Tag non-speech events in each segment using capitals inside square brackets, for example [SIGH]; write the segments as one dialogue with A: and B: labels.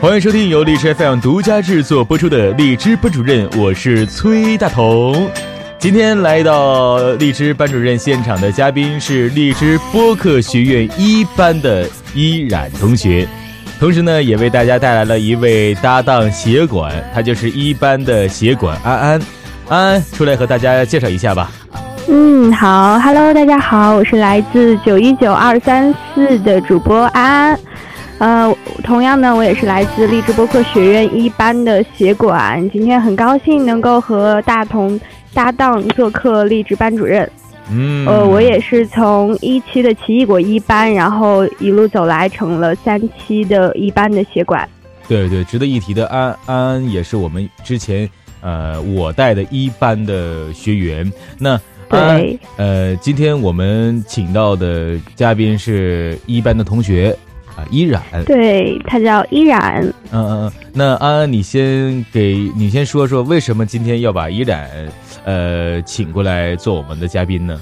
A: 欢迎收听由荔枝 FM 独家制作播出的《荔枝班主任》，我是崔大同。今天来到荔枝班主任现场的嘉宾是荔枝播客学院一班的依冉同学，同时呢，也为大家带来了一位搭档协管，他就是一班的协管安安。安安，出来和大家介绍一下吧。
B: 嗯，好，Hello，大家好，我是来自九一九二三四的主播安安。呃，同样呢，我也是来自励志播客学院一班的协管。今天很高兴能够和大同搭档做客励志班主任。
A: 嗯，
B: 呃，我也是从一期的奇异果一班，然后一路走来成了三期的一班的协管。
A: 对对，值得一提的安安安也是我们之前呃我带的一班的学员。那
B: 对，
A: 安安呃，今天我们请到的嘉宾是一班的同学啊，依然。嗯
B: 对，他叫依然。
A: 嗯嗯，那安安，你先给你先说说为什么今天要把依然呃请过来做我们的嘉宾呢？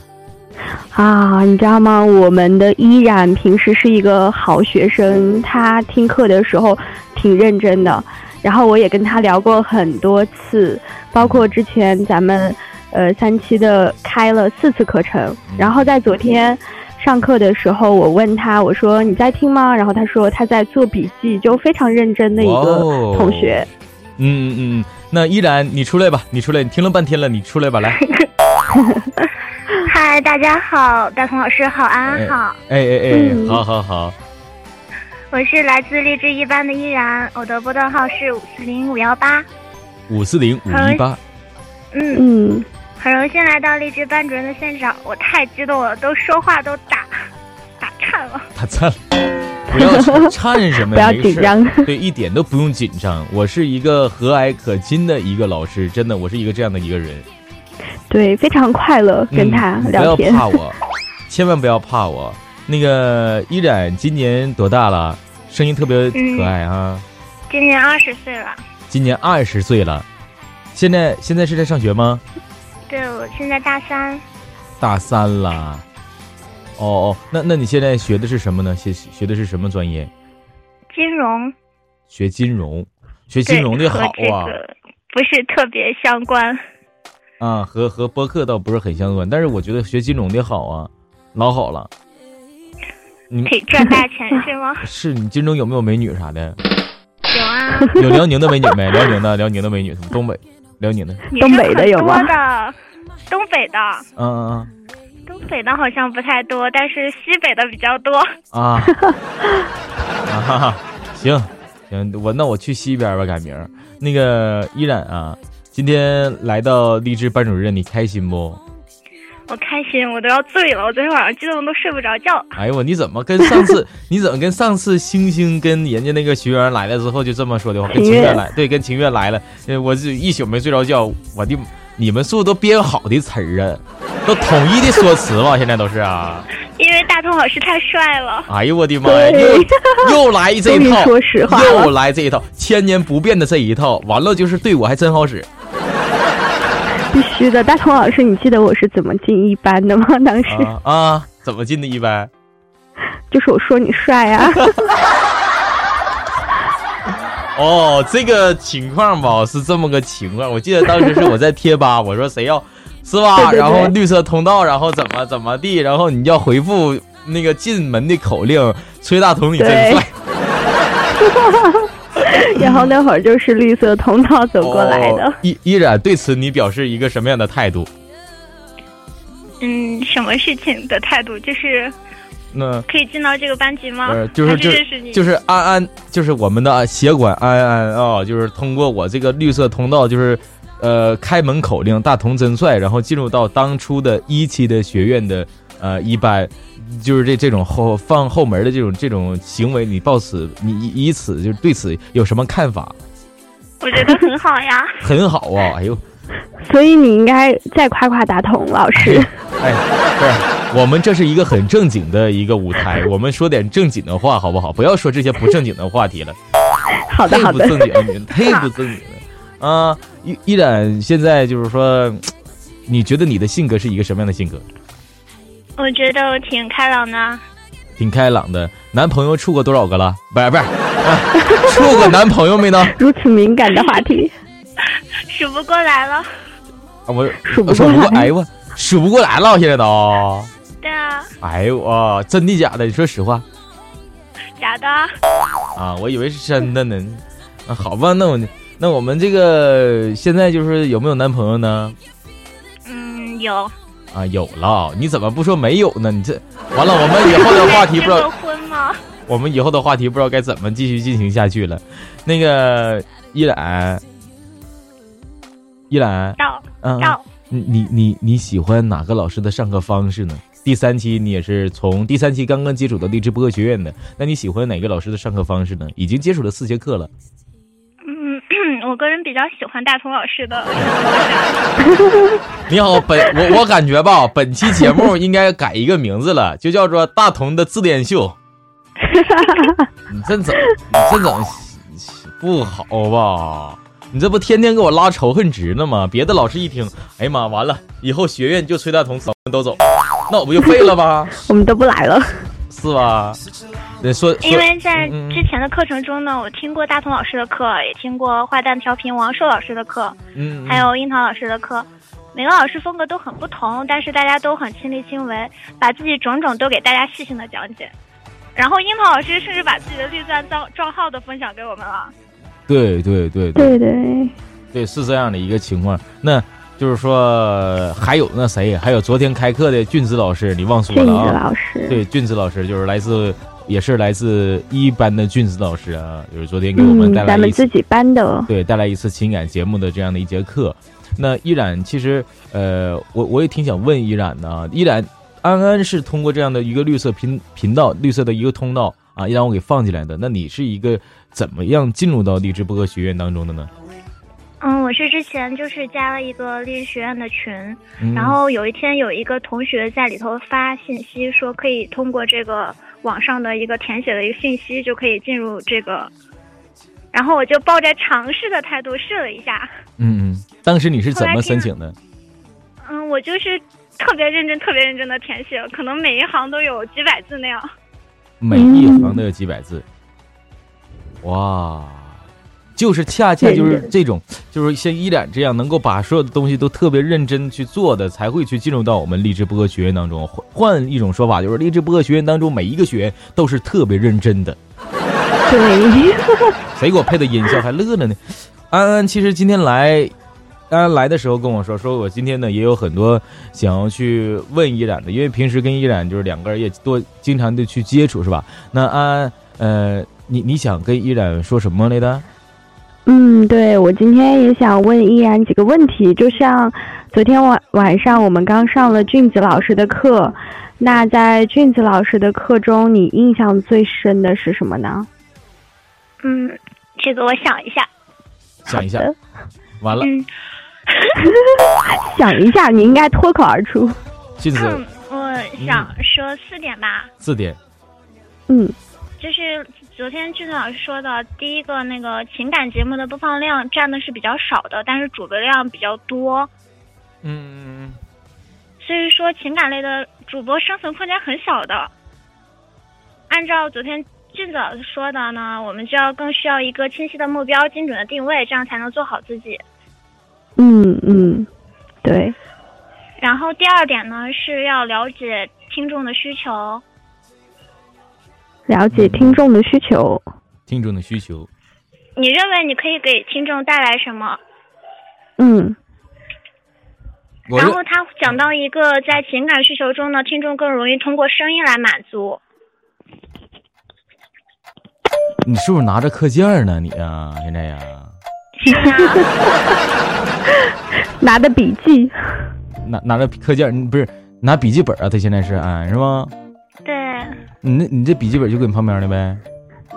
B: 啊，你知道吗？我们的依然平时是一个好学
A: 嗯
B: 生，他听课的时候挺认真的。然后我也跟他聊过很多次，包括之前咱们呃三期的开了四次课程。
A: 嗯
B: 然后在昨天上课的时候，我问他，我说你在听吗？然后他说他在做笔记，就非常认真的一
A: 哇
B: 个
A: 哦
B: 同学。
A: 嗯嗯嗯，那依然你出来吧，你出来，你听了半天了，你出来吧，来，
C: 嗨，大家好，大同老师好，安安好，
A: 哎哎哎，
B: 嗯
A: 好好好，
C: 我是来自励志一班的依然，我的拨段号是五四零五幺八。
A: 五四零五一八，
C: 嗯，
B: 嗯，
C: 很荣幸来到励志班主任的现场，我太激动了，都说话都打打颤了。
A: 他赞了，
B: [LAUGHS]
A: 不要颤什么
B: 不
A: 呀，
B: 要
A: 没
B: 紧
A: 事
B: 张。
A: 对，一点都不用紧张，我是一个和蔼可亲的一个老师，真的，我是一个这样的一个人，
B: 对，非常快乐
A: 嗯
B: 跟他
A: 不
B: 聊
A: 要
B: 天。
A: 怕我，千万不要怕我。那个依然今年多大了？声音特别可爱啊，
B: 嗯
C: 今年二十岁了，
A: 今年二十岁了，现在现在是在上学吗？
C: 对我现在大三，
A: 大三啦。哦哦，那那你现在学的是什么呢？学学的是什么专业？
C: 金融
A: 学金融，学
C: 对
A: 金融的好
C: 和这
A: 啊
C: 个不是特别相关。
A: 啊，和和播客倒不是很相关，但是我觉得学金融的好啊，老好了。
C: 可以赚大
A: [LAUGHS]
C: 钱是吗？
A: 是你金融有没有美女啥的？
C: 有
A: [LAUGHS]
C: 啊，
A: 有辽宁的美女没？辽宁的，辽宁的美女，东北，辽宁的，
C: 女
B: 东
C: 生
B: 北的有吗
C: 很多的，东北的，
A: 嗯
C: 东北的好像不太多，但是西北的比较多。
A: 嗯嗯啊啊哈哈，行行，我那我去西边吧，改名儿。那个依然啊，今天来到励志班主任，你开心不？
C: 我开心，我都要醉了。我昨天晚上激动都睡不着觉。
A: 哎呦我，你怎么跟上次 [LAUGHS] 你怎么跟上次星星跟人家那个学员来了之后就这么说的话？跟
B: 秦
A: 秦
B: 月
A: 月来对，跟秦月来了，呃我就一宿没睡着觉。我的，你们是不是都编好的词儿啊？都统一的说辞吧，现在都是啊！
C: 因为大同老师太帅了，
A: 哎呦我的妈呀，又又来这
B: 终
A: 一
B: 于
A: 套，
B: 说实话了
A: 又来这一套，千年不变的这一套，完了就是对我还真好使。
B: 必须的，大同老师，你记得我是怎么进一班的吗？当时、
A: 啊啊，怎么进的一般？
B: 就是我说你帅
A: [LAUGHS]
B: 啊，
A: 哦，这个情况吧是这么个情况，我记得当时是我在贴吧，我说谁要是吧，
B: [LAUGHS] 对对对
A: 然后绿色通道，然后怎么怎么地，然后你要回复那个进门的口令，崔大同你真
B: 对
A: 帅，
B: 然后那会儿就是绿色通道走过来的。
A: 哦依依然对此你表示一个什么样的态度？
C: 嗯，什么事情的态度就是
A: 那
C: 可以进到这个班级吗？
A: 呃，就是
C: 啊还
A: 就是是
C: 认识你，
A: 就是安安，就是我们的啊协管安安啊、就是通过我这个绿色通道，就是呃开门口令“大同真帅”，然后进入到当初的一期的学院的呃一班，就是这这种后放后门的这种这种行为，你抱此你以以此就是对此有什么看法？
C: 我觉得很好呀。 [LAUGHS]
A: 很好啊，哎呦，
B: 所以你应该再夸夸打桶老师。
A: 哎，不是，我们这是一个很正经的一个舞台，我们说点正经的话好不好？不要说这些不正经的话题了，哎
B: 好的好
A: 太不
B: 的，
A: 正经了，你们太不正经了啊！依依然现在就是说，你觉得你的性格是一个什么样的性格？
C: 我觉得我挺开朗的，
A: 挺开朗的，男朋友处过多少个了？不是不是，啊处过男朋友没呢？啊，
B: 如此敏感的
A: [LAUGHS]
B: 话题，
C: 数不过来了。
A: 啊我
B: 数不
A: 我数
B: 过
A: 不过，
B: 来
A: 哎呦我数不过来了，现在都，
C: 对啊，
A: 哎呦我真的假的？你说实话
C: 假的。
A: 啊，我以为是真的呢。啊，好吧，那我那我们这个现在就是有没有男朋友呢？
C: 嗯，有。
A: 啊，有了，你怎么不说没有呢？你这完了，我们以后的话题不知
C: 结过
A: 道，
C: 婚吗？
A: 我们以后的话题不知道该怎么继续进行下去了。那个依然，依然，
C: 到
A: 嗯、
C: 到，
A: 你你你你喜欢哪个老师的上课方式呢？第三期你也是从第三期刚刚接触到励志播客学院的，那你喜欢哪个老师的上课方式呢？已经接触了四节课了，
C: 嗯， [CLEARS THROAT] 我个人比较喜欢大同老师的。
A: 嗯你好，本我我感觉吧，本期节目应该改一个名字了，就叫做《大同的字典秀》。你这怎你这怎么不好吧？你这不天天给我拉仇恨值呢吗？别的老师一听，哎呀妈，完了，以后学院就崔大同咱们都走，那我不就废了吗？
B: 我们都不来了。
A: 是吧？那说说
C: 因为在
A: 嗯嗯
C: 之前的课程中呢，我听过大同老师的课，也听过坏蛋调频王硕老师的课，
A: 嗯，嗯
C: 还有樱桃老师的课。每个老师风格都很不同，但是大家都很亲力亲为，把自己种种都给大家细心的讲解。然后樱桃老师甚至把自己的绿钻账账号都分享给我们了。
A: 对对对对
B: 对对，
A: 对，是这样的一个情况。那就是说，还有那谁，还有昨天开课的俊子老师，你忘说
B: 俊
A: 了
B: 子
A: 啊？
B: 老师，
A: 对，俊子老师就是来自，也是来自一班的俊子老师啊，就是昨天给我们
B: 嗯，
A: 带来
B: 咱们
A: 一次
B: 自己班的，哦
A: 对，带来一次情感节目的这样的一节课。那依然，其实呃，我我也挺想问依然的啊，依然安安是通过这样的一个绿色频频道、绿色的一个通道啊，依然我给放进来的。那你是一个怎么样进入到励志播客学院当中的呢？
C: 嗯，我是之前就是加了一个励志学院的群，
A: 嗯、
C: 然后有一天有一个同学在里头发信息说，可以通过这个网上的一个填写的一个信息就可以进入这个，然后我就抱着尝试的态度试了一下。
A: 嗯嗯，当时你是怎么申请的？
C: 嗯，我就是特别认真、特别认真的填写，可能每一行都有几百字那样。
A: 每一行都有几百字，哇，就是恰恰就是这种，就是像依然这样能够把所有的东西都特别认真去做的，才会去进入到我们励志播客学院当中。换换一种说法，就是励志播客学院当中每一个学员都是特别认真的。
B: 对，
A: 谁给我配的音效还乐了呢？安安其实今天来，安安来的时候跟我说，说我今天呢也有很多想要去问依然的，因为平时跟依然就是两个人也多经常的去接触，是吧？那安安，呃，你你想跟依然说什么来的？
B: 嗯，对我今天也想问依然几个问题，就像昨天晚晚上我们刚上了俊子老师的课，那在俊子老师的课中，你印象最深的是什么呢？
C: 嗯，这个我想一下。
A: 想一下
B: 好的，
A: 完了，
C: 嗯
B: 想一下，你应该脱口而出。
A: 俊子
C: 嗯，我想说四点吧。
A: 字典，
B: 嗯，
C: 就是昨天俊子老师说的，第一个那个情感节目的播放量占的是比较少的，但是主播量比较多，
A: 嗯，
C: 所以说情感类的主播生存空间很小的。按照昨天俊子老师说的呢，我们就要更需要一个清晰的目标、精准的定位，这样才能做好自己。
B: 嗯嗯，对，
C: 然后第二点呢，是要了解听众的需求。
B: 了解听众的需求。
A: 听众的需求，
C: 你认为你可以给听众带来什么？
B: 嗯
A: 我
C: 然
A: 认
C: 后他讲到一个在情感需求中呢，听众更容易通过声音来满
A: [LAUGHS]
C: 足。
A: 你是不是拿着课件儿呢？你啊，现在呀、
C: 是啊，
B: 拿的笔记，
A: 拿拿着课件儿，你不是拿笔记本啊？他现在是安、是吗？
C: 对
A: 你那你这笔记本就搁你旁边了呗？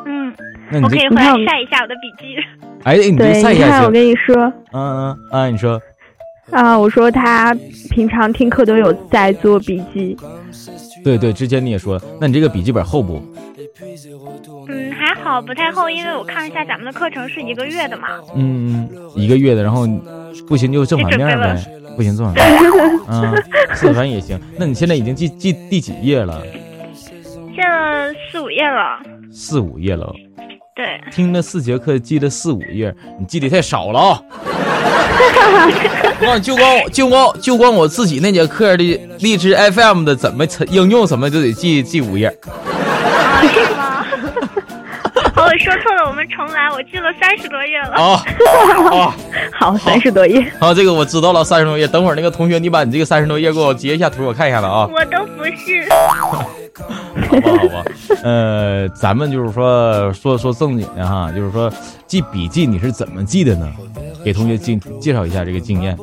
C: 嗯，
A: 那你
C: 我可
A: 这
C: 以回来晒一下我的笔记。
A: 哎，你这
B: 对，
A: 晒一
B: 你
A: 下
B: 看我
A: 行。
B: 跟你说
A: 嗯嗯啊，你说
B: 啊，我说他平常听课都有在做笔记，
A: 对对，之前你也说了，那你这个笔记本厚不？
C: 嗯，还好不太厚，因为我看了一下咱们的课程是一个月的嘛。
A: 嗯，嗯，一个月的，然后不行就正反面呗，不行正反面，
B: [LAUGHS]
A: 嗯，正反也行。那你现在已经记记第几页了？
C: 现在四五页了，
A: 四五页了，
C: 对，
A: 听了四节课，记了四五页，你记得太少了
B: [LAUGHS]
A: 啊、
D: 我告诉你，就光我就光就光我自己那节课的荔枝 FM 的怎么应用什么就得记记五页，
C: 啊，是吗？哦，我说错了，我们重来，我记了三十多页
A: 哦
C: 了。
D: 啊啊！
B: 好，三十多页。
A: [LAUGHS]
D: 好，这个我知道了，三十多页。等会儿那个同学，你把你这个三十多页给我截一下图，我看一下子啊，
C: 我都不是，
D: 好吧好吧。
A: [LAUGHS] 呃，咱们就是说说说正经的哈，就是说记笔记你是怎么记的呢？给同学介介绍一下这个经验。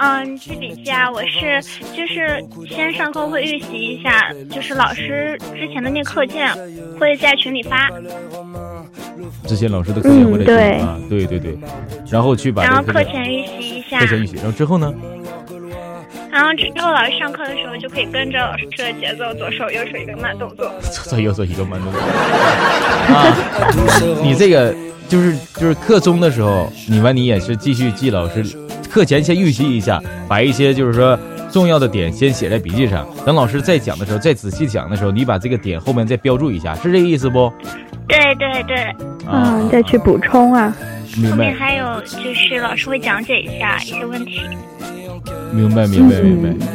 C: 嗯，记笔记啊，我是就是先上课会预习一下，就是老师之前的那课件会在群里发，
A: 之前老师的课件会来
B: 嗯对
A: 听啊，对对对，然后去把
C: 然后
A: 这个
C: 课
A: 课
C: 前预习一下
A: 课，前预习，然后之后呢？
C: 然后之后老师上课的时候就可以跟着老师的节奏，左手右手一个慢动作。
A: 左右手一个慢动作 [LAUGHS] 啊！你这个就是就是课中的时候，你完你也是继续记老师课前先预习一下，把一些就是说重要的点先写在笔记上，等老师再讲的时候，再仔细讲的时候，你把这个点后面再标注一下，是这个意思不？
C: 对对对，
A: 啊
B: 嗯，，再去补充啊。
A: 明
C: 后面
A: 白
C: 还有就是老师会讲解一下一些问题。
A: 明白明白明白。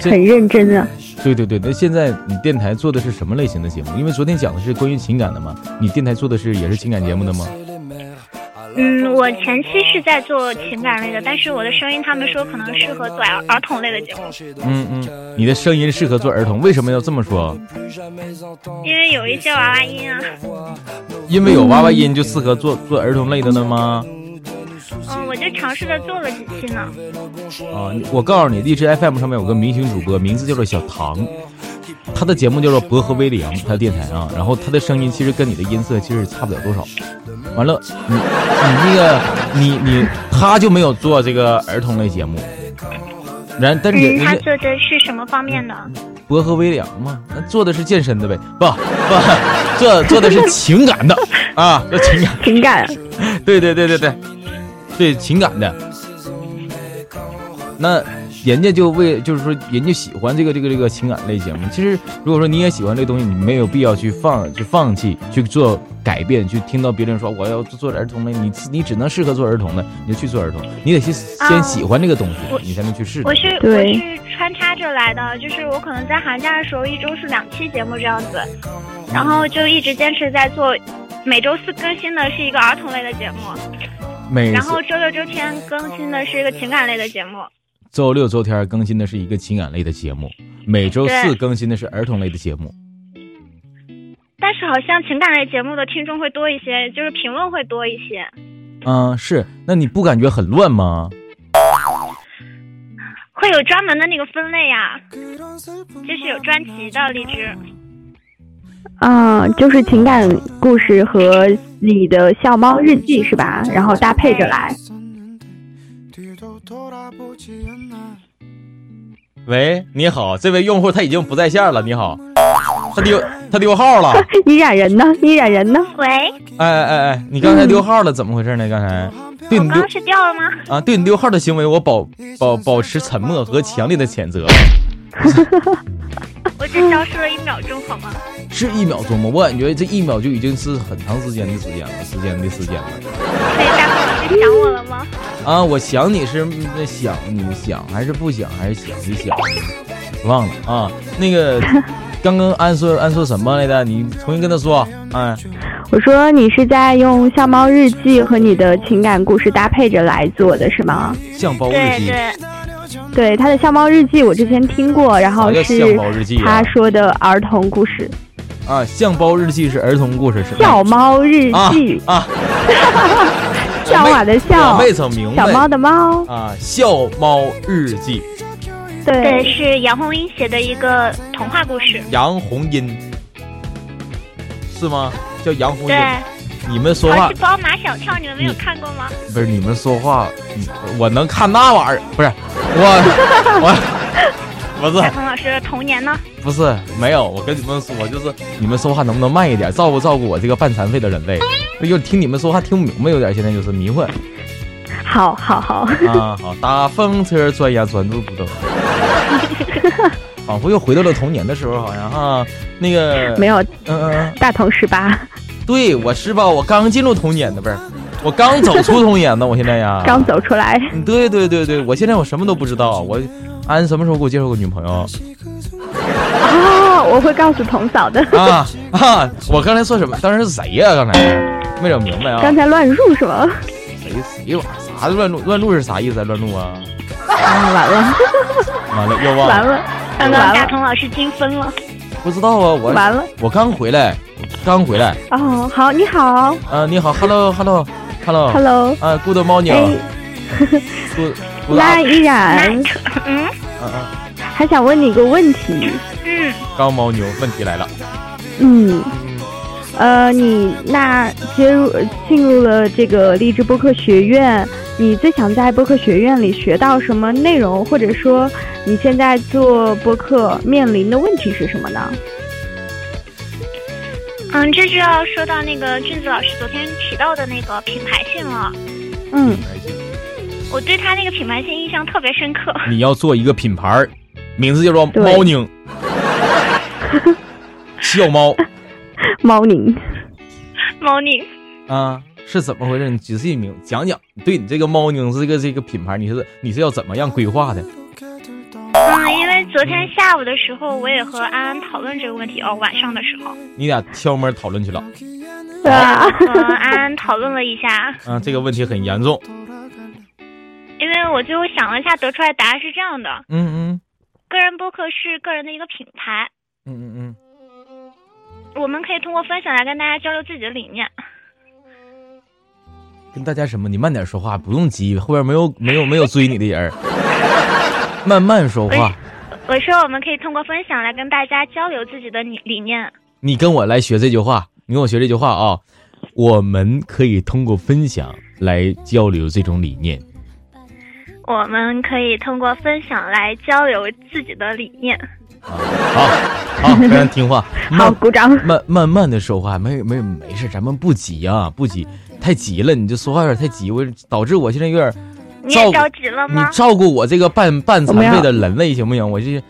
A: 这
B: 很认真啊。
A: 对对对，那现在你电台做的是什么类型的节目？因为昨天讲的是关于情感的嘛，你电台做的是也是情感节目的吗？
C: 嗯，我前期是在做情感类的，但是我的声音他们说可能适合做儿儿童类的节目，
A: 嗯嗯，你的声音适合做儿童，为什么要这么说？
C: 因为有一些娃娃音啊。
A: 因为有娃娃音就适合做做儿童类的了吗？
C: 嗯，我就尝试着做了几期呢。
A: 啊，你我告诉你，荔枝 FM 上面有个明星主播，名字叫做小唐，他的节目叫做《薄荷微凉》，他的电台啊，然后他的声音其实跟你的音色其实差不了多少。完了，你你那个你你他就没有做这个儿童类节目，然但是人
C: 嗯，
A: 人
C: 他
A: 家
C: 做的是什么方面的？
A: 薄荷微凉嘛，那做的是健身的呗，不不，做做的是情感的啊，做情感。
B: 情感，
A: 对对对对对，对情感的。那人家就为就是说，人家喜欢这个这个这个情感类节目。其实如果说你也喜欢这个东西，你没有必要去放去放弃去做改变，去听到别人说我要做儿童的，你你只能适合做儿童的，你就去做儿童，你得先先
C: 啊
A: 喜欢这个东西，
C: 我
A: 你才能去试。
C: 我是我
B: 对
C: 是穿插着来的，就是我可能在寒假的时候一周是两期节目这样子，然后就一直坚持在做，每周四更新的是一个儿童类的节目，
A: 每
C: 然
A: 次
C: 后周六周天更新的是一个情感类的节目。
A: 周六周天更新的是一个情感类的节目，每周四
C: 对
A: 更新的是儿童类的节目。
C: 但是好像情感类节目的听众会多一些，就是评论会多一些。
A: 嗯，是。那你不感觉很乱吗？
C: 会有专门的那个分类呀、就是有专题的荔枝。
B: 嗯，就是情感故事和你的《笑猫日记》是吧？然后搭配着来。
A: 喂，你好，这位用户他已经不在线了。你好，他丢他丢号了。
B: 你染人呢？你染人呢？
C: 喂，
A: 哎哎哎，你刚才丢号了，怎么回事呢？刚才对你
C: 嗯我刚
A: 丢
C: 刚是掉了吗？ [LAUGHS]
A: 啊，对你丢号的行为，我保保保持沉默和强烈的谴责。
C: 我只消失了一秒钟，好吗？
A: 是一秒钟吗？我感觉这一秒就已经是很长时间的时间了，时间的时间了。
C: 所以大伙儿会想我了吗？
A: 啊，我想你是嗯那想你想还是不想还是想你想，忘了啊。那
C: [LAUGHS]
A: 个刚刚安说安说什么来着？你重新跟他说。哎，
B: 我说你是在用《笑猫日记》和你的情感故事搭配着来做的是吗？
A: 像包日
C: 对
A: 记，
C: 对，
B: 对，他的《笑猫日记》我之前听过，然后
A: 啥叫
B: 是
A: 像包日记啊
B: 他？说的儿童故事，
A: 啊，像包日记是儿童故事是吧？
B: 《笑猫日
A: 啊
B: 记
A: 啊，》，
B: 笑话的
A: 我
B: 笑，
A: 没整明
B: 小
A: 白
B: 猫的猫，
A: 啊，笑猫日记，
B: 嗯
C: 对，是杨红樱写的一个童话故事。
A: 杨红樱是吗？叫杨红
C: 对，
A: 樱。你们说
C: 好
A: 话
C: 去包马小跳，你们没有看过吗？
A: 不是你们说话，你我能看那玩意儿？不是我我不
C: 海
A: 是
C: 峰老师的童年呢？
A: 不是没有，我跟你们说，我就是你们说话能不能慢一点，照顾照顾我这个半残废的人类？哎呦，听你们说话听不明白，有点现在就是迷混
B: 好好好，
A: 啊。好，搭风车钻羊钻肚
B: [LAUGHS]
A: 不动，仿佛又回到了童年的时候，好像啊，那个
B: 没有
A: 嗯嗯嗯。
B: 大同十八，
A: 对，我是吧？我刚进入童年的不是，我刚走出童年呢，我现在呀，
B: 刚走出来，
A: 嗯对对对对，我现在我什么都不知道。我安什么时候给我介绍个女朋
B: [LAUGHS]
A: 友
B: 哦，我会告诉童嫂的。
A: 啊啊！我刚才说什么？当时是谁呀、刚才没整明白啊！
B: 刚才乱入是吗？
A: 谁谁玩意儿啥乱录？乱录是啥意思啊？乱录啊！
B: 啊， [LAUGHS] 完了
A: 完了，又忘
B: 完
A: 了，
B: 了
C: 刚
B: 完
C: 刚大
B: 了
C: 同老师精分了，
A: 不知道啊！我
B: 完了！
A: 我刚回来，刚回来
B: 哦，好，你好
A: 啊！ [LAUGHS] 你好，hello hello hello
B: ，Hello，
A: 啊，good
B: 哎
A: morning，good，good
B: 那
A: up，
B: 依然
C: 嗯
A: 啊啊，
B: 还想问你一个问题，
C: 嗯，
A: 刚牦牛，问题来了，
B: 嗯，
A: 嗯
B: 呃，你那接入进入了这个励志播客学院，你最想在播客学院里学到什么内容，或者说你现在做播客面临的问题是什么呢？
C: 嗯，这就要说到那个俊子老师昨天提到的那个品牌性了。
B: 嗯，
A: 哎
C: 我对他那个品牌性印象特别深刻。 [LAUGHS]
A: 你要做一个品牌儿，名字叫做
B: 对
A: 猫 [LAUGHS] 宁，小猫
B: 猫宁，
C: 猫宁，
A: 啊，是怎么回事？你仔细明讲讲，对你这个猫宁这个这个品牌，你是你是要怎么样规划的？
C: 嗯，因为昨天下午的时候，我也和安安讨论这个问题哦，晚上的时候，
A: 你俩悄摸讨论去了，
B: 对啊，
C: 和安安讨论了一下，
A: 啊，这个问题很严重。
C: 因为我最后想了一下，得出来答案是这样的：
A: 嗯
C: 个人播客是个人的一个品牌，
A: 嗯嗯嗯
C: 我们可以通过分享来跟大家交流自己的理念。
A: 嗯，跟大家什么？你慢点说话，不用急，后边没有没有没有追你的人儿，慢慢说话。
C: 我说我们可以通过分享来跟大家交流自己的理理念。
A: 你跟我来学这句话，你跟我学这句话啊，我们可以通过分享来交流这种理念。
C: 我们可以通过分享来交流自己的理念。
A: 好，
C: [LAUGHS]
A: 好，非常听话，
B: 好，
A: 慢
B: 鼓掌。
A: 慢慢慢的说话，没没没事，咱们不急啊，不急，太急了，你这说话有点太急，我导致我现在有点，
C: 你
A: 照
C: 也
A: 顾
C: 着急了
A: 你
C: 吗？
A: 照顾我这个半半残废的人类行不行？我这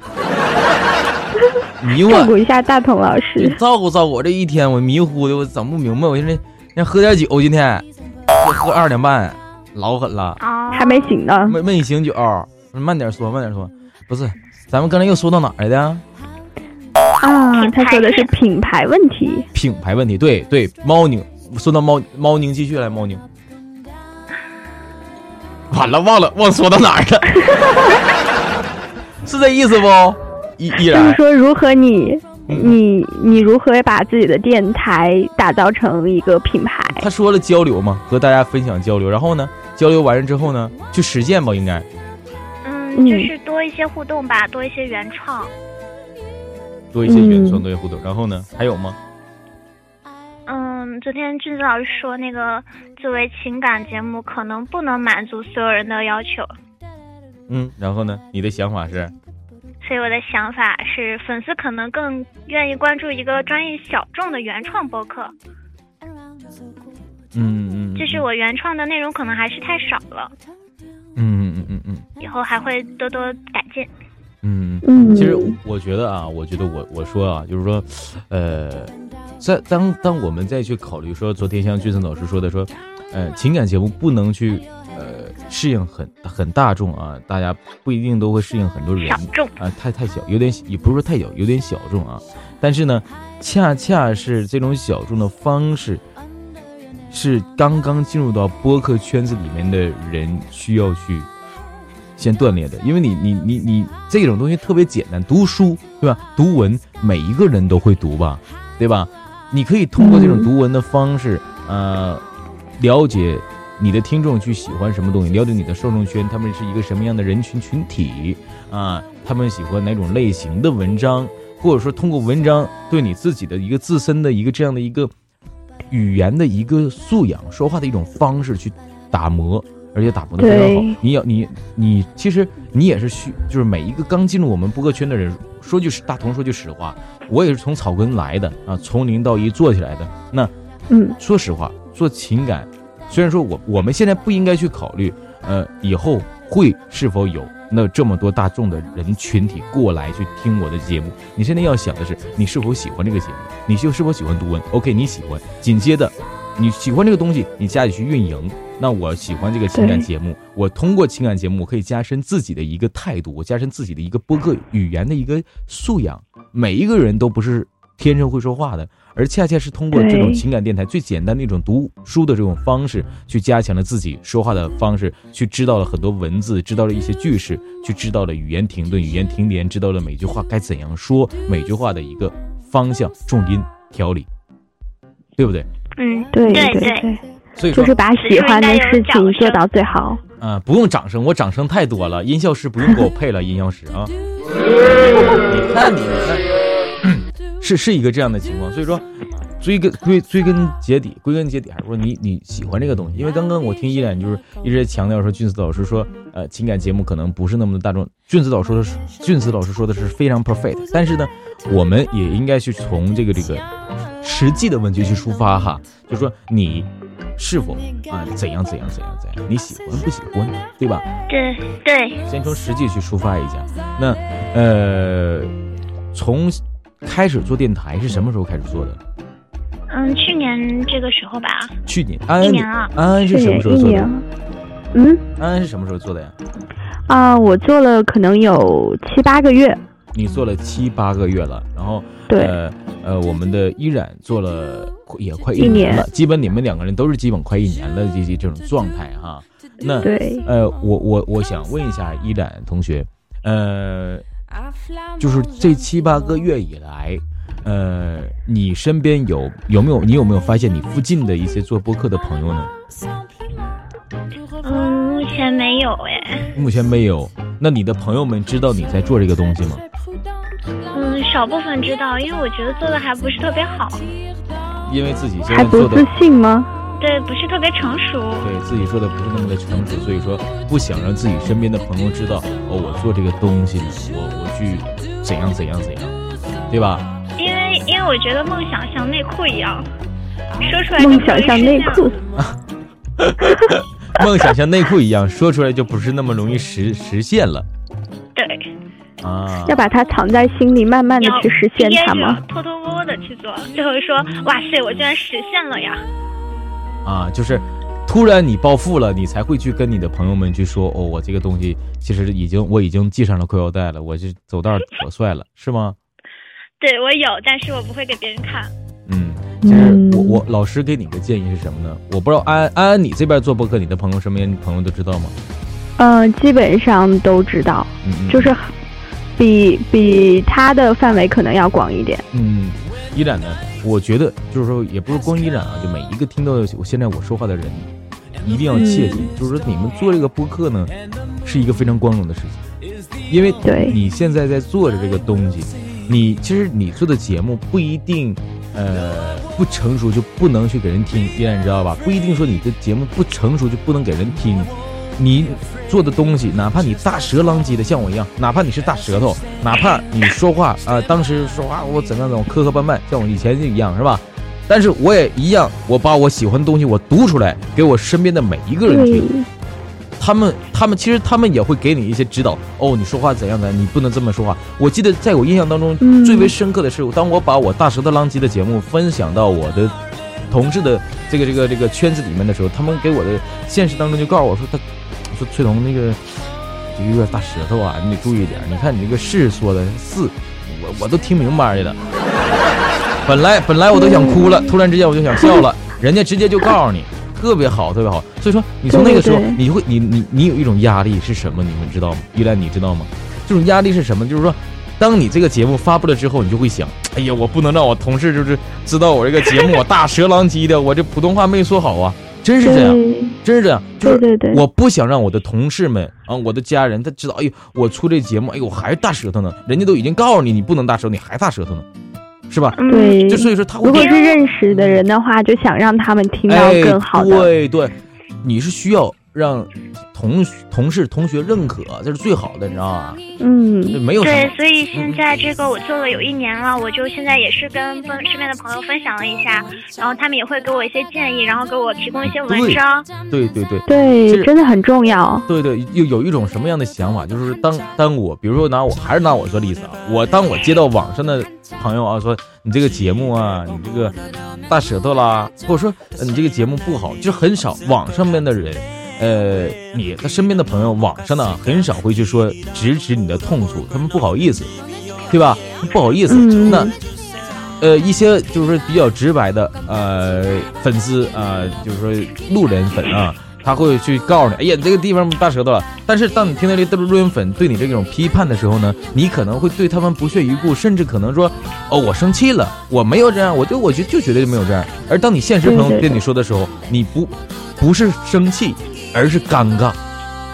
C: [LAUGHS]
A: 迷糊
B: [LAUGHS] 照，顾一下大同老
A: 你
B: 师，
A: 照顾照顾我这一天，我迷糊的，我整不明白，我现在那喝点酒，今天我喝二两半，老狠了。
C: 哦，
B: 还没
A: [LAUGHS]
B: 醒呢。
A: 没没醒酒，慢点说，慢点说。不是，咱们刚才又说到哪儿来的？
B: 啊，他说的是品牌问题。
A: 品牌问题，对对，猫宁，说到猫猫宁，继续来猫宁。完了，忘了忘说到哪儿了， [LAUGHS] 是这意思不？依依
B: 就是
A: 然，
B: 说，如何你
A: 嗯
B: 你你如何把自己的电台打造成一个品牌？
A: 他说了交流嘛，和大家分享交流，然后呢，交流完了之后呢，去实践吧，应该
C: 嗯，就
B: 嗯
C: 是多一些互动吧，多一些原创。
A: 多一些原创，
B: 嗯
A: 多一些互动。然后呢，还有吗？
C: 嗯，昨天俊子老师说，那个作为情感节目，可能不能满足所有人的要求，
A: 嗯，然后呢，你的想法是？
C: 所以我的想法是，粉丝可能更愿意关注一个专业小众的原创播客，
A: 嗯嗯，嗯
C: 就是，我原创的内容可能还是太少了，
A: 嗯嗯嗯嗯嗯
C: 以后还会多多改进。
A: 嗯。
B: 嗯，
A: 其实我我觉得啊，我觉得我我说啊，就是说，呃，在当当我们再去考虑说，昨天像俊森老师说的说，呃，情感节目不能去呃适应很很大众啊，大家不一定都会适应很多人
C: 小众
A: 啊，太太小，有点也不是说太小，有点小众啊。但是呢，恰恰是这种小众的方式，是刚刚进入到播客圈子里面的人需要去先锻炼的，因为你你你你这种东西特别简单，读书对吧？读文每一个人都会读吧，对吧？你可以通过这种
B: 嗯
A: 读文的方式，呃，了解你的听众去喜欢什么东西，了解你的受众圈，他们是一个什么样的人群群体啊、他们喜欢哪种类型的文章或者说通过文章对你自己的一个自身的一个这样的一个语言的一个素养、说话的一种方式去打磨，而且打磨的非常
B: 对
A: 好。你要你你，其实你也是需，就是每一个刚进入我们播客圈的人，说句实大同说句实话，我也是从草根来的啊，从零到一做起来的。那
B: 嗯，
A: 说实话，做情感，虽然说我我们现在不应该去考虑，呃，以后会是否有那这么多大众的人群体过来去听我的节目。你现在要想的是，你是否喜欢这个节目，你就是否喜欢读文？OK，你喜欢。紧接着，你喜欢这个东西，你加以去运营。那我喜欢这个情感
B: 对
A: 节目，我通过情感节目，我可以加深自己的一个态度，我加深自己的一个播客语言的一个素养。每一个人都不是天生会说话的，而恰恰是通过这种
B: 对
A: 情感电台最简单的一种读书的这种方式，去加强了自己说话的方式，去知道了很多文字，知道了一些句式，去知道了语言停顿、语言停连，知道了每句话该怎样说，每句话的一个方向、重音、条理，对不对？
C: 嗯，
B: 对
C: 对
B: 对，
A: 所以说
B: 就是把喜欢的事情做到最好。
A: 啊、不用掌声，我掌声太多了，音效师不用给我配了，音效师啊。你看你，你看，是是一个这样的情况，所以说。追根归追根结底，归根结底还是说你你喜欢这个东西，因为刚刚我听依然就是一直在强调说俊子老师说，呃，情感节目可能不是那么的大众。俊子老师说的是，俊子老师说的是非常 perfect，但是呢，我们也应该去从这个这个实际的问题去出发哈，就说你是否啊、怎样怎样怎样怎样，你喜欢不喜欢，对吧？
C: 对对，
A: 先从实际去出发一下。那呃，从开始做电台是什么时候开始做的？
C: 嗯，去年这个时候吧，
A: 去年。安安
C: 一年了
A: 安安是
B: 这
A: 什
B: 也
A: 么时候
B: 啊一
A: 做的？
B: 年，嗯
A: 安安是什么时候做的呀？
B: 啊，我做了可能有七八个月，
A: 你做了七八个月了，然后
B: 对
A: 呃呃，我们的依然做了也快
B: 一
A: 年
B: 年
A: 了，基本你们两个人都是基本快一年了这这这种状态哈。那
B: 对，
A: 呃，我我我想问一下依然同学，呃，就是这七八个月以来，呃，你身边有有没有你有没有发现你附近的一些做播客的朋友呢？
C: 嗯，目前没有哎，
A: 目前没有。那你的朋友们知道你在做这个东西吗？
C: 嗯，少部分知道，因为我觉得做的还不是特别好，
A: 因为自己现在
B: 还不
A: 做的
B: 自信吗？
C: 对，不是特别成熟，
A: 对自己做的不是那么的成熟，所以说不想让自己身边的朋友知道哦，我做这个东西呢，我我去怎样怎样怎样，对吧？
C: 因为因为我觉得梦想像内裤一样，说出来就
B: 梦
C: 不容啊
B: 想
C: 易
B: 像
C: 实
B: 内
C: 现
B: 裤，
A: 梦想像内裤一样，说出来就不是那么容易实实现了
C: 对，
A: 啊。
B: 要把它藏在心里，慢慢的
C: 要
B: 去实现它吗？
C: 憋着偷偷摸摸的去做，最后说哇塞，我居然实现了呀！
A: 啊，就是突然你暴富了，你才会去跟你的朋友们去说，哦，我这个东西其实已经我已经系上了裤腰带了，我是走道儿可帅了，是吗？
C: 对我有，但是我不会给别人看。
A: 嗯，其实
B: 嗯
A: 我我老师给你个建议是什么呢？我不知道安安安安你这边做播客，你的朋友身边朋友都知道吗？
B: 嗯，基本上都知道，
A: 嗯嗯，
B: 就是比比它的范围可能要广一点。
A: 嗯，依然呢，我觉得就是说，也不是光依然啊，就每一个听到我现在我说话的人，一定要切记，就是说你们做这个播客呢，是一个非常光荣的事情，因为
B: 对
A: 你现在在做着这个东西，你其实你做的节目不一定，呃，不成熟就不能去给人听，依然知道吧？不一定说你的节目不成熟就不能给人听。你做的东西，哪怕你大舌狼藉的像我一样，哪怕你是大舌头，哪怕你说话啊、当时说话我怎么样怎么样磕磕绊绊，像我以前一样是吧？但是我也一样，我把我喜欢的东西我读出来，给我身边的每一个人
B: 对
A: 听。，他们他们其实他们也会给你一些指导。哦，你说话怎样的，你不能这么说话。我记得在我印象当中、
B: 嗯
A: 最为深刻的是，当我把我大舌头浪叽的节目分享到我的同事的这个这个这个圈子里面的时候，他们给我的现实当中就告诉我说他，我说崔彤那个就有点大舌头啊，你得注意点。你看你这个是说的是，我我都听明白了。 [LAUGHS] 本来本来我都想哭
B: 嗯
A: 了，突然之间我就想笑了，人家直接就告诉你，特别好，特别好。所以说，你从那个时候
B: 对对，
A: 你会你你你有一种压力是什么？你们知道吗？依兰，你知道吗？这种压力是什么？就是说，当你这个节目发布了之后，你就会想，哎呀，我不能让我同事就是知道我这个节目我大舌狼藉的，我这普通话没说好啊。真是这样，
B: 对
A: 真是这样，就
B: 对
A: 是
B: 对对，
A: 我不想让我的同事们啊，我的家人他知道，哎呦，我出这节目，哎呦，我还是大舌头呢，人家都已经告诉你你不能大舌头，你还大舌头呢，是吧？
C: 嗯，
B: 对
A: 就所以说他会
B: 如果是认识的人的话，就想让他们听到
A: 哎，
B: 更好的。
A: 对对，你是需要让同同事同学认可，这是最好的，你知道吧？这
B: 嗯，
A: 没有什
C: 对
A: 么，
C: 所以现在这个我做了有一年了，我就现在也是跟分身边的朋友分享了一下，然后他们也会给我一些建议，然后给我提供一些文章。
A: 对对对。是
B: 对，真的很重要。
A: 对对，有有一种什么样的想法，就是当当我，比如说拿我还是拿我做例子啊，我当我接到网上的朋友啊说你这个节目啊，你这个大舌头啦，或者说呃你这个节目不好，就是很少网上面的人，呃，你他身边的朋友，网上呢很少会去说直指你的痛处，他们不好意思，对吧？不好意思，
B: 嗯
A: 那呃，一些就是比较直白的呃粉丝啊、呃就是说路人粉啊，他会去告诉你，哎呀，你这个地方大舌头了。但是当你听到这个路人粉对你这种批判的时候呢，你可能会对他们不屑一顾，甚至可能说，哦，我生气了，我没有这样，我就我就就觉得没有这样。而当你现实朋
B: 对
A: 友
B: 对
A: 跟你说的时候，你不不是生气，而是尴尬，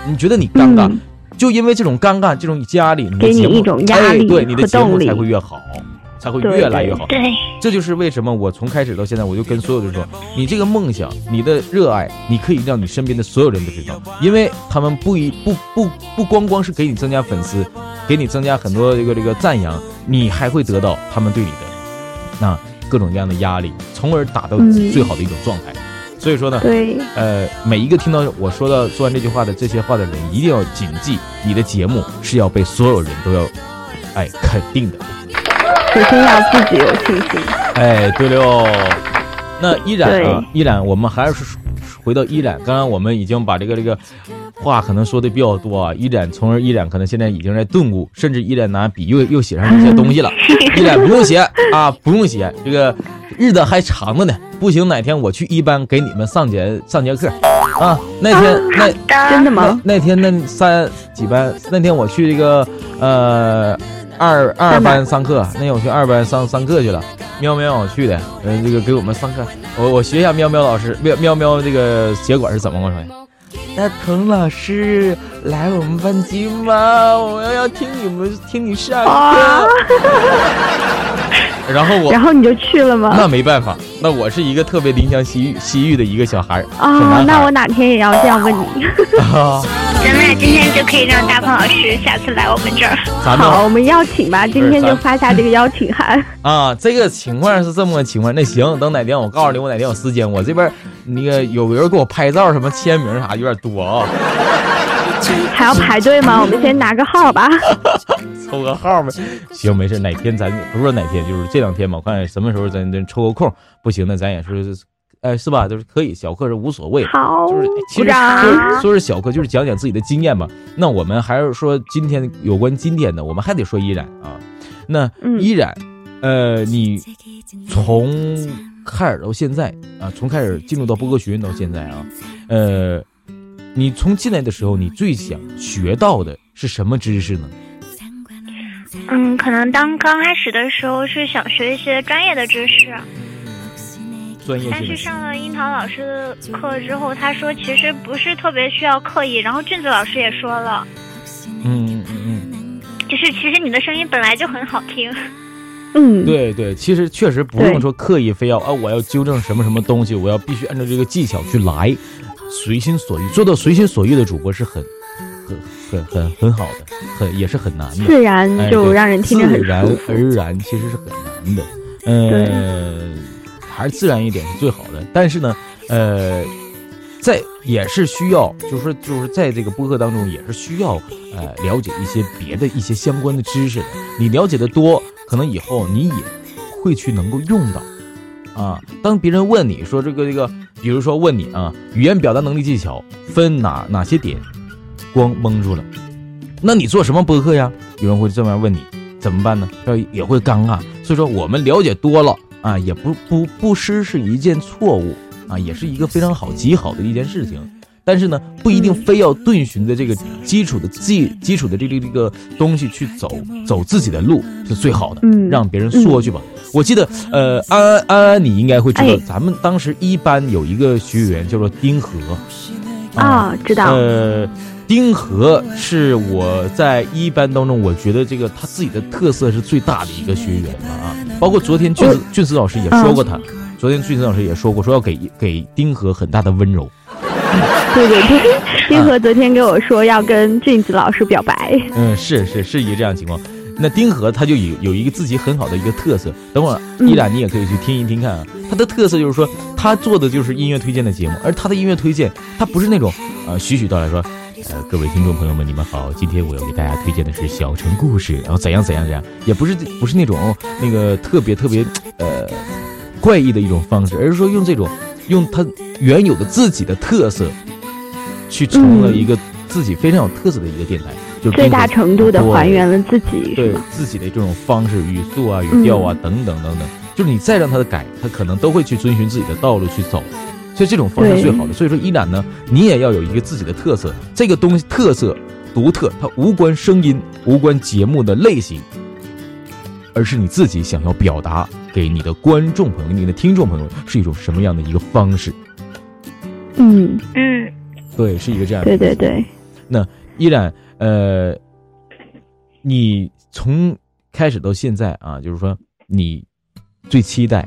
A: 你觉得你尴尬。
B: 嗯
A: 就因为这种尴尬，这种压力，你的
B: 给你
A: 节目
B: 一种压
A: 哎
B: 力
A: 对你的
B: 和
A: 节目
B: 动力
A: 才会越好，才会
B: 对
A: 越来
B: 对
A: 越好。
C: 对，
A: 这就是为什么我从开始到现在，我就跟所有人说，你这个梦想，你的热爱，你可以让你身边的所有人都知道，因为他们不一不不不光光是给你增加粉丝，给你增加很多这个这个赞扬，你还会得到他们对你的那各种各样的压力，从而达到
B: 嗯
A: 最好的一种状态。所以说呢，
B: 对，
A: 呃，每一个听到我说到说完这句话的这些话的人，一定要谨记，你的节目是要被所有人都要哎肯定的。
B: 首先要自己有信心。
A: 哎，对喽。那依然啊
B: 对，
A: 依然，我们还是说回到依然。刚刚我们已经把这个这个话可能说的比较多啊，依然，从而依然可能现在已经在顿悟，甚至依然拿笔又又写上这些东西了。依然不用写啊，不用写，这个日子还长着呢。不行，哪天我去一班给你们上节上节课啊。那天
B: [LAUGHS]
A: 那
B: 真的吗？
A: 那天那三几班？那天我去这个呃二二
B: 三班
A: 班上课，那天我去二班上上课去了。喵喵我去的，嗯、这个给我们上课，我我学一下喵喵老师，喵喵喵这个结果是怎么回事？那滕老师来我们班级吗？我要要听你们听你上
B: 啊
A: 课。 [LAUGHS] 然后我
B: 然后你就去了吗？
A: 那没办法，那我是一个特别临江西域西域的一个小孩儿小男孩
B: 啊，
A: 儿
B: 那我哪天也要这样问
A: [LAUGHS]
B: 你。
C: 咱们俩今天就可以让大胖老师下次来我们这儿。
A: 咱们
B: 好，我们邀请吧，今天就发下这个邀请
A: [LAUGHS]
B: 函。
A: 啊，这个情况是这么个情况。那行，等哪天我告诉你，我哪天有时间，我这边那个有人给我拍照什么签名啥，有点多 [LAUGHS] 啊，
B: 还要排队吗？我们先拿个
A: [LAUGHS]
B: 号吧。
A: 抽个号呗。行，没事，哪天咱不是说哪天，就是这两天吧，我看什么时候咱咱抽个空，不行那咱也是，哎，是吧？就是可以小课是无所谓。
B: 好
A: 就是哎，其
B: 哦鼓
A: 实
B: 掌。
A: 说说是小课，就是讲讲自己的经验吧。那我们还是说今天有关今天的，我们还得说依然啊。那
B: 嗯
A: 依然，呃，你从开始到现在啊，从开始进入到播客学院到现在啊，呃，你从进来的时候，你最想学到的是什么知识呢？
C: 嗯，可能当刚开始的时候是想学一些专业的知识，
A: 专业
C: 但
A: 性
C: 是
A: 的
C: 上了樱桃老师的课之后，他说其实不是特别需要刻意。然后俊子老师也说了，
A: 嗯嗯嗯
C: 就是其实你的声音本来就很好听。 [LAUGHS]
B: 嗯，
A: 嗯，对对，其实确实不
B: 对
A: 用说刻意非要啊，我要纠正什么什么东西，我要必须按照这个技巧去来，随心所欲，做到随心所欲的主播是很很很很很好的，很也是很难的。
B: 自然
A: 哎
B: 就
A: 对
B: 让人听着很
A: 自然
B: 舒服。
A: 而然其实是很难的，呃，还是自然一点是最好的。但是呢，呃，在也是需要，就是说就是在这个播客当中也是需要呃了解一些别的一些相关的知识的。你了解的多，可能以后你也会去能够用到。啊，当别人问你说这个这个，比如说问你啊，语言表达能力技巧分哪哪些点，光蒙住了，那你做什么播客呀？有人会这么样问你，怎么办呢？要也会尴尬。所以说，我们了解多了啊，也不不不失是一件错误啊，也是一个非常好极好的一件事情。但是呢，不一定非要遵循着这个基础的基基础的这个这个东西去走走自己的路是最好的，
B: 嗯
A: 让别人说去吧。我记得，呃，安安安安，你应该会知道，
B: 哎
A: 咱们当时一班有一个学员叫做丁和，
B: 啊，知道，
A: 呃，丁和是我在一班当中，我觉得这个他自己的特色是最大的一个学员了啊。包括昨天俊子俊子老师也说过他，昨天俊子老师也说过，说要给给丁和很大的温柔。
B: 对对对，
A: [LAUGHS]
B: 丁和昨天跟我说要跟俊子老师表白，
A: [LAUGHS] 嗯，是是是一个这样的情况。那丁和他就有有一个自己很好的一个特色，等会儿
B: 嗯
A: 依然你也可以去听一听看啊。他的特色就是说，他做的就是音乐推荐的节目，而他的音乐推荐，他不是那种呃徐徐道来说，呃各位听众朋友们你们好，今天我要给大家推荐的是小城故事，然后怎样怎样怎样，也不是不是那种、那个特别特别呃怪异的一种方式，而是说用这种用他原有的自己的特色，去成了
B: 嗯
A: 一个自己非常有特色的一个电台，就是
B: 最
A: 丁
B: 大
A: 克
B: 程度的
A: 对
B: 还原了自己，
A: 嗯对
B: 是吗？嗯
A: 自己的这种方式、语速啊、语调啊、等等等等，就是你再让他的改，他可能都会去遵循自己的道路去走。所以这种方式
B: 对
A: 最好的。所以说，依然呢，你也要有一个自己的特色，这个东西特色独特，它无关声音，无关节目的类型，而是你自己想要表达给你的观众朋友、你的听众朋友是一种什么样的一个方式。
B: 嗯，
C: 嗯，
A: 哎对，是一个这样的。
B: 对对对，
A: 依然，呃，你从开始到现在啊，就是说你最期待，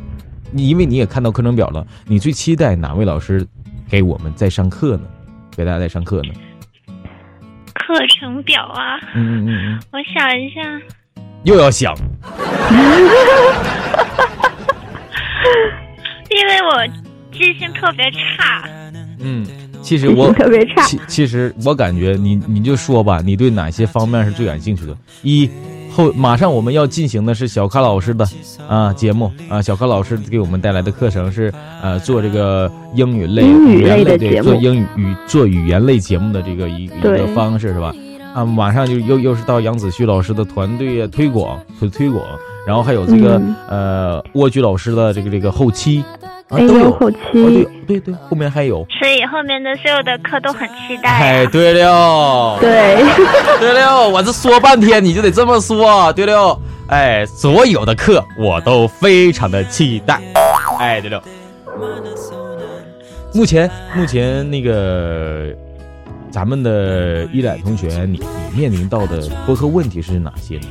A: 你因为你也看到课程表了，你最期待哪位老师给我们在上课呢？给大家在上课呢？
C: 课程表啊，
A: 嗯嗯嗯，
C: 我想一下，
A: 又要想，
C: 因为我记性特别差，
A: 嗯，其实
B: 记
A: 我啊
B: 性特别差， [LAUGHS]
A: 其其实我感觉你你就说吧，你对哪些方面是最感兴趣的？一后马上我们要进行的是小咖老师的啊节目啊，小咖老师给我们带来的课程是呃做这个英语类
B: 英语类
A: 言
B: 的
A: 对
B: 节目
A: 做英语语做语言类节目的这个一个一个
B: 对
A: 方式是吧？啊，马上就又又是到杨子旭老师的团队啊推广推推广，然后还有这个、
B: 嗯
A: 呃蜗居老师的这个这个后期啊
B: 哎
A: 都有
B: 呦，
A: 啊
B: 后期，
A: 对对对，后面还有。
C: 所以后面的所有的课都很期待、啊。
A: 哎，对了，
B: 对， [LAUGHS]
A: [LAUGHS] 对了，我这说半天你就得这么说。对了，哎，所有的课我都非常的期待。哎，对了，目前目前那个咱们的一览同学，你你面临到的播客问题是哪些呢？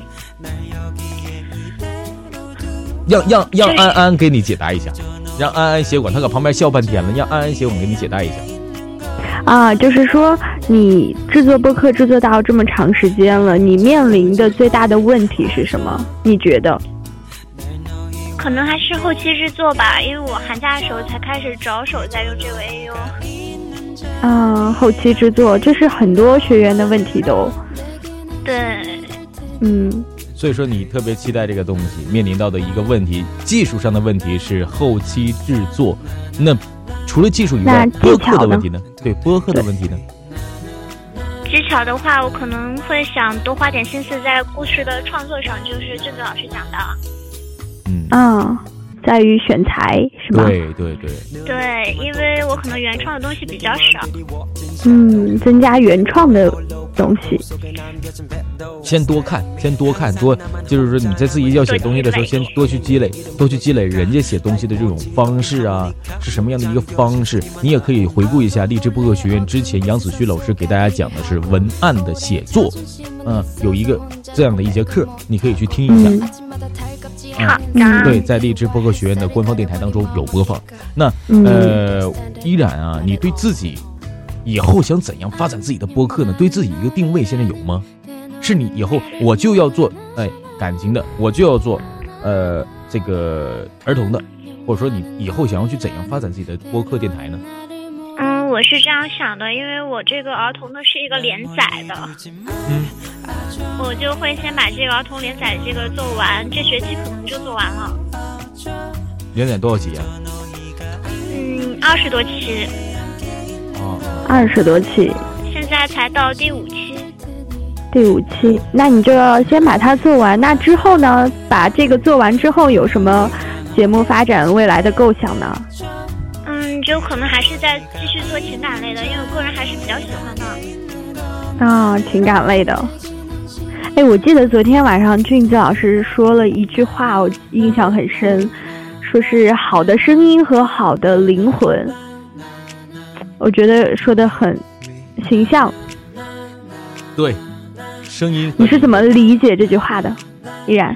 A: 让让让安安给你解答一下，让安安协管，他搁旁边笑半天了，让安安协管给你解答一下。
B: 啊，就是说你制作播客制作到这么长时间了，你面临的最大的问题是什么？你觉得？
C: 可能还是后期制作吧，因为我寒假的时候才开始着手在用这个 AU。
B: 嗯，后期制作这是很多学员的问题都、
C: 对，
B: 嗯，
A: 所以说你特别期待这个东西，面临到的一个问题，技术上的问题是后期制作。那除了技术以外
B: 那，技
A: 播客
B: 巧
A: 的
B: 呢
A: 问题呢？对，播客的问题呢？
C: 技巧的话，我可能会想多花点心思在故事的创作上，就是俊子老师讲的。
A: 嗯，
B: 啊，在于选材是吧？
A: 对对对，
C: 对，因为我可能原创的东西比较少。
B: 嗯，增加原创的东西。
A: 先多看，先多看，多就是说你在自己要写东西的时候，先多去积累，多去积累人家写东西的这种方式啊，是什么样的一个方式？你也可以回顾一下励志播客学院之前杨子旭老师给大家讲的是文案的写作，嗯、有一个这样的一节课，你可以去听一下。
B: 嗯
C: 好的、
A: 嗯对，在荔枝播客学院的官方电台当中有播放。那
B: 嗯
A: 呃，依然啊，你对自己以后想怎样发展自己的播客呢？对自己一个定位现在有吗？是你以后我就要做哎感情的，我就要做呃这个儿童的，或者说你以后想要去怎样发展自己的播客电台呢？
C: 嗯，我是这样想的，因为我这个儿童的是一个连载的，
A: 嗯，
C: 我就会先把这个儿童连载这个做完，这学期可能就做完了。
A: 连载多少集啊？
C: 嗯，二十多期，
A: 啊，
B: 二十多期，
C: 现在才到第五期。
B: 第五期，那你就要先把它做完。那之后呢？把这个做完之后有什么节目发展未来的构想呢？
C: 嗯，就可能还是在继续做情感类的，因为我个人还是比较喜欢的。
B: 啊、情感类的。哎，我记得昨天晚上俊子老师说了一句话，我印象很深，说是好的声音和好的灵魂。我觉得说的很形象。
A: 对，声音和
B: 你是怎么理解这句话的？依然，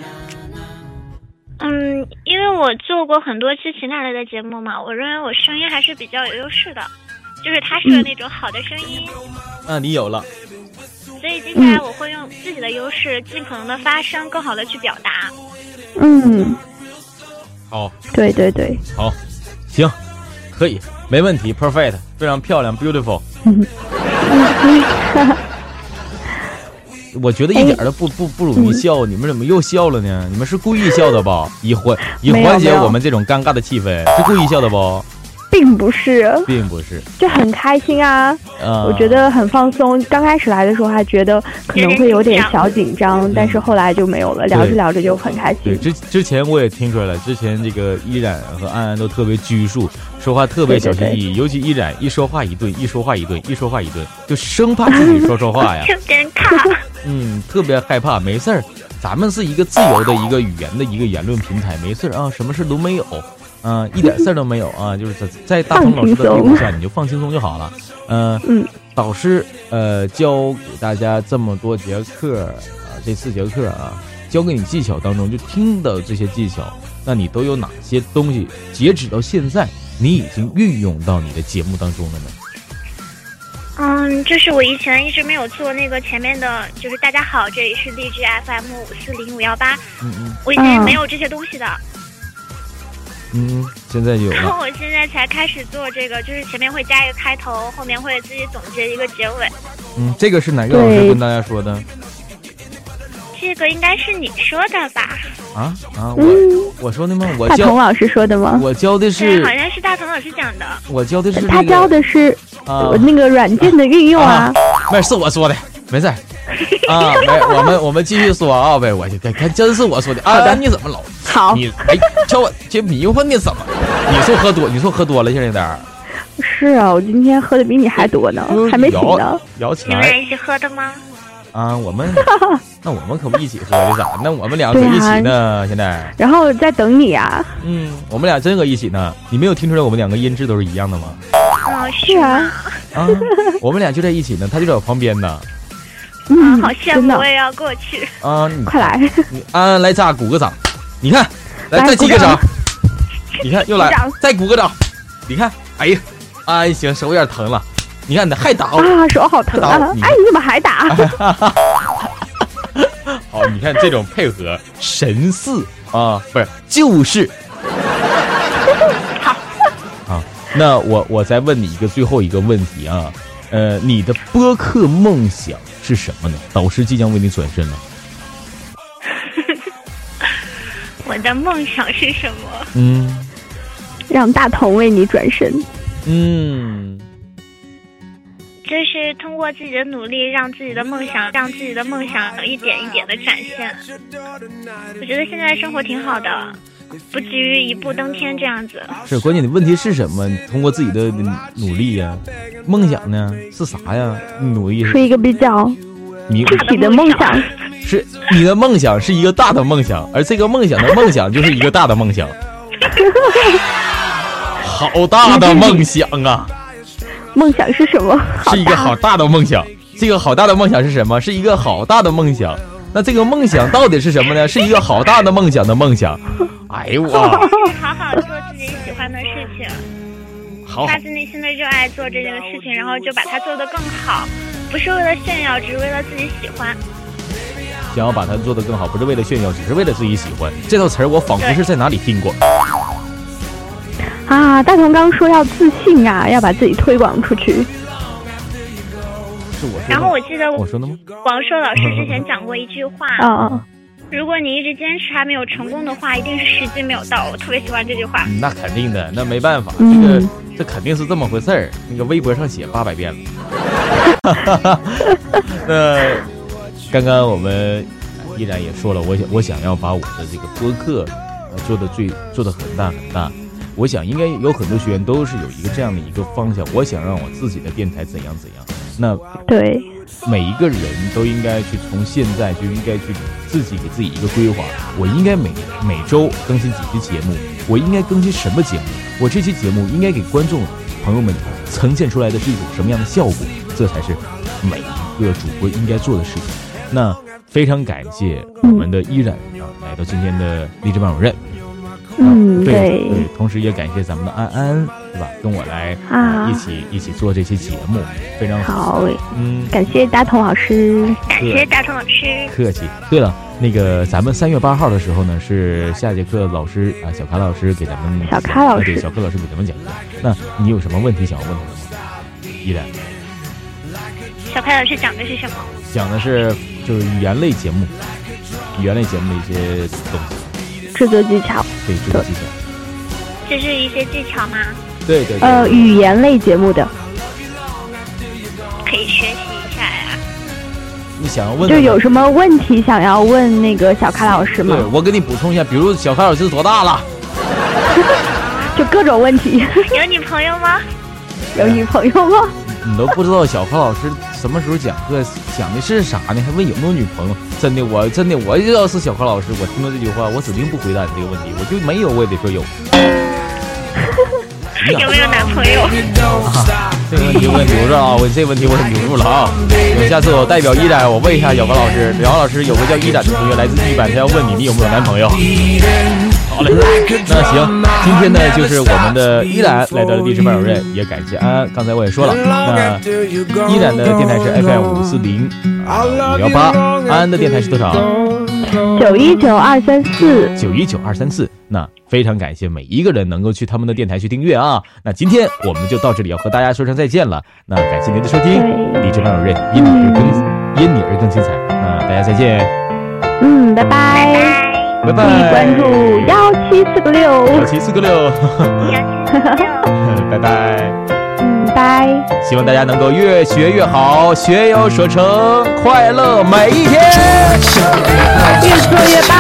C: 嗯，因为我做过很多期情感类的节目嘛，我认为我声音还是比较有优势的，就是他是那种好的声音，
A: 啊，你有了，
C: 所以接下来我会用自己的优势，尽可能的发声，更好的去表达。
B: 嗯，
A: 好，
B: 对对对，
A: 好，行，可以，没问题，perfect，非常漂亮，beautiful。我觉得一点儿都不
B: 哎
A: 不不容
B: 嗯
A: 易笑，你们怎么又笑了呢？你们是故意笑的吧？以缓以
B: 没有
A: 缓解
B: 没有
A: 我们这种尴尬的气氛，是故意笑的不？
B: 并不是，
A: 并不是，
B: 就很开心啊。
A: 啊，
B: 我觉得很放松。刚开始来的时候还觉得可能会有点小紧张，但是后来就没有了。聊着聊着就很开
A: 对，
B: 心。
A: 之之前我也听出来了，之前这个依然和安安都特别拘束，说话特别小心翼翼，尤其依然一说话一顿，一说话一顿，一说话一顿，就生怕自己说错话呀，
C: 就别人卡，
A: 嗯，特别害怕。没事儿，咱们是一个自由的一个语言的一个言论平台，没事儿啊，什么事都没有，嗯、一点事儿都没有啊， [LAUGHS] 就是在在大鹏老师的
B: 放
A: 庇
B: 轻
A: 护
B: 松
A: 下，你就放轻松就好了，嗯。
B: 嗯，
A: 导师呃教给大家这么多节课啊、这四节课啊，教给你技巧当中，就听到这些技巧，那你都有哪些东西？截止到现在，你已经运用到你的节目当中了呢？
C: [LAUGHS] 嗯，就是我以前一直没有做那个前面的，就是大家好，这里是荔枝 FM 五四零五幺八，
A: 嗯嗯
C: 我以前
B: 嗯
C: 没有这些东西的，
A: 嗯，现在就 [LAUGHS] 有
C: 然
A: 了。
C: 后我现在才开始做这个，就是前面会加一个开头，后面会自己总结一个结尾。
A: 嗯，这个是哪个老师
B: 对
A: 跟大家说的
C: 这个应该是你说的吧？
A: 啊啊？我、
B: 嗯
A: 我说的吗？我
B: 大
A: 教
B: 鹏老师说的吗？
A: 我教的
C: 对，
A: 是
C: 好像是大鹏老师讲的。
A: 我教的是、那个、
B: 他教的是
A: 啊
B: 呃那个软件的运用啊。，
A: 没事，是我说的，没事儿。啊，没，我们我们继续说啊呗，我就看看真是我说的啊，丹你怎么老
B: 好，
A: 你哎，瞧我这迷糊你怎么？你是喝多，你是喝多了现在有点儿
B: 是啊，我今天喝的比你还多呢，嗯还没醒呢
A: 摇。摇起
C: 你们俩
A: 来
C: 一起喝的吗？
A: 啊！我
B: [LAUGHS]
A: 们那我们可不一起喝的咋？那我们俩可
B: 对啊
A: 一起呢，现在
B: 然后在等你啊。
A: 嗯，我们俩真搁一起呢。你没有听出来我们两个音质都是一样的吗？
C: 嗯，
B: 是
C: 吗
B: 啊，
A: 啊，我们俩就在一起呢，他就在我旁边呢。
B: 嗯
C: 嗯，好，羡
B: 真
C: 慕，
B: 的
C: 我，也要过去。
A: 啊，你
B: 快来， [LAUGHS]
A: 你安安来咋鼓个掌，你看，来
B: 来
A: 再击个
B: 鼓掌
A: 掌，你看又来
B: 鼓掌，
A: 再鼓个掌，你看，哎呀，安行，手有点疼了，你看你还打哦我，
B: 啊，手好疼
A: 打
B: 啊
A: 你！
B: 哎，你怎么还打？
A: 好，哦你看这种配合神似啊，不是
B: [LAUGHS]
A: 就是。啊，那我我再问你一个最后一个问题啊，呃，你的播客梦想是什么呢？导师即将为你转身了。
C: 我的梦想是什么？
A: 嗯
B: 让大同为你转身。
A: 嗯，
C: 就是通过自己的努力，让自己的梦想，让自己的梦想一点一点的展现。我觉得现在生活挺好的，不至于一步登天这样子。
A: 是关键的问题是什么？你通过自己的努力呀、梦想呢是啥呀？努力
B: 是
A: 是
B: 一个比较
A: 你
B: 具体的梦想，
A: 是你的梦想是一个大的梦想，而这个梦想的梦想就是一个大的梦想。好大的梦想啊！
B: [LAUGHS] 梦想是什么？好
A: 是一个
B: 大
A: 好大的梦想。这个好大的梦想是什么？是一个好大的梦想。那这个梦想到底是什么呢？是一个好大的梦想的梦想。哎呦我，
C: 就是好好做自己喜欢的事情。 [LAUGHS]
A: 好
C: 发自内心的热爱做这件事情，然后就把它做得更好，不是为了炫耀，只是为了自己喜欢。
A: 想要把它做得更好，不是为了炫耀，只是为了自己喜欢。这套词儿我仿佛是在哪里听过。
B: 啊！大同刚说要自信啊，要把自己推广出去。
A: 是我说
C: 然后
A: 的吗
C: 我记得
A: 我说的嗯吗？
C: 王朔老师之前讲过一句话，
B: 啊，
C: 如果你一直坚持还没有成功的话，一定是时机没有到。我特别喜欢这句话。
A: 嗯那肯定的，那没办法，这
B: 嗯
A: 个这肯定是这么回事儿。那个微博上写八百遍了。 [LAUGHS] 那刚刚我们依然也说了，我想我想要把我的这个播客、呃、做的最做的很大很大。我想应该有很多学员都是有一个这样的一个方向，我想让我自己的电台怎样怎样。那
B: 对，
A: 每一个人都应该去从现在就应该去自己给自己一个规划。我应该每每周更新几期节目，我应该更新什么节目？我这期节目应该给观众朋友们呈现出来的是一种什么样的效果？这才是每一个主播应该做的事情。那非常感谢我们的依然啊，来到今天的励志班主任。
B: 嗯，
A: 对
B: 对，
A: 同时也感谢咱们的安安，对吧？跟我来
B: 啊
A: 一起一起做这期节目，非常
B: 好，
A: 嗯，
B: 感谢大同老师。
C: 感谢大同老师，
A: 客气。对了，那个咱们三月八号的时候呢，是下节课老师啊，小咖老师给咱们
B: 小咖老师
A: 啊对小咖老师给咱们讲课。那你有什么问题想要问他们吗？依然
C: 小开老师讲的是什么？
A: 讲的是就是语言类节目，语言类节目的一些东西，
B: 制作技巧，
A: 对，制作技巧，
C: 这是一些技巧吗？
A: 对对对，
B: 呃，语言类节目的，
C: 可以学习一下呀。
A: 你想要问
B: 就
A: 他们
B: 有什么问题想要问那个小咖老师吗
A: 对？我给你补充一下，比如小咖老师多大了？
B: 就各种问题，
C: 有女朋友吗？
B: 有女朋友吗？
A: 你都不知道小何老师什么时候讲课讲的是啥呢？还问有没有女朋友？真的，我真的，我要是小何老师，我听到这句话，我指定不回答你这个问题，我就没有，我也得说有。啊
C: 有没有男朋友？
A: 这个问题我留着啊，我这问题我留住了啊。我下次我代表一展，我问一下小何老师，小何老师有个叫一展的同学来自一版，他要问你你有没有男朋友。好嘞，那行，今天呢就是我们的依然来到了励志班主任，也感谢安安。刚才我也说了，那依
E: 依然
A: 然的
E: 的
A: 电
E: 电
A: 台
E: 台
A: 是
E: 是
A: FM
E: FM
A: 五
E: 五
A: 四
E: 四零五
A: 零五幺
E: 幺
A: 八
E: 八，，
A: 安
E: 安
A: 安
E: 安
A: 的
E: 的
A: 电
E: 电
A: 台
E: 台
A: 是
E: 是
A: 多
E: 多
A: 少
E: 少？？
A: 嗯
B: 九一九二三四，
A: 九一九二三四。那非常感谢每一个人能够去他们的电台去订阅啊。那今天我们就到这里，要和大家说声再见了。那感谢您的收听，
B: 对
A: 理智班主任因你而更因你而更精彩。那大家再见，
B: 嗯，拜拜，
A: 拜
B: 注意
A: 拜。
B: 嗯关注幺七四个六，
A: 小七四个六， [LAUGHS] 拜拜。
B: 嗯，拜。
A: 希望大家能够越学越好，学有所成，快乐每一天。
B: 越做越棒。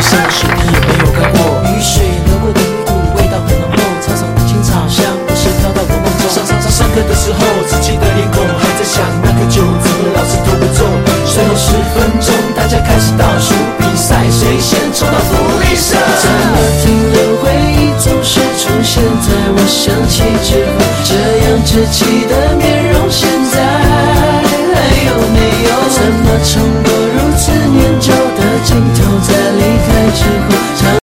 F: 像是屁也没有看过。雨水流过的泥土，味道很浓厚，苍草的青草香不时飘到我梦中。上上上上课的时候，自己的脸孔还在想那个酒怎么老是都不做。随后十分钟，大家开始倒数比赛，谁先抽到福利社。怎么停留回忆总是出现在我想起之后，这样稚气的面容现在还有没有？怎么成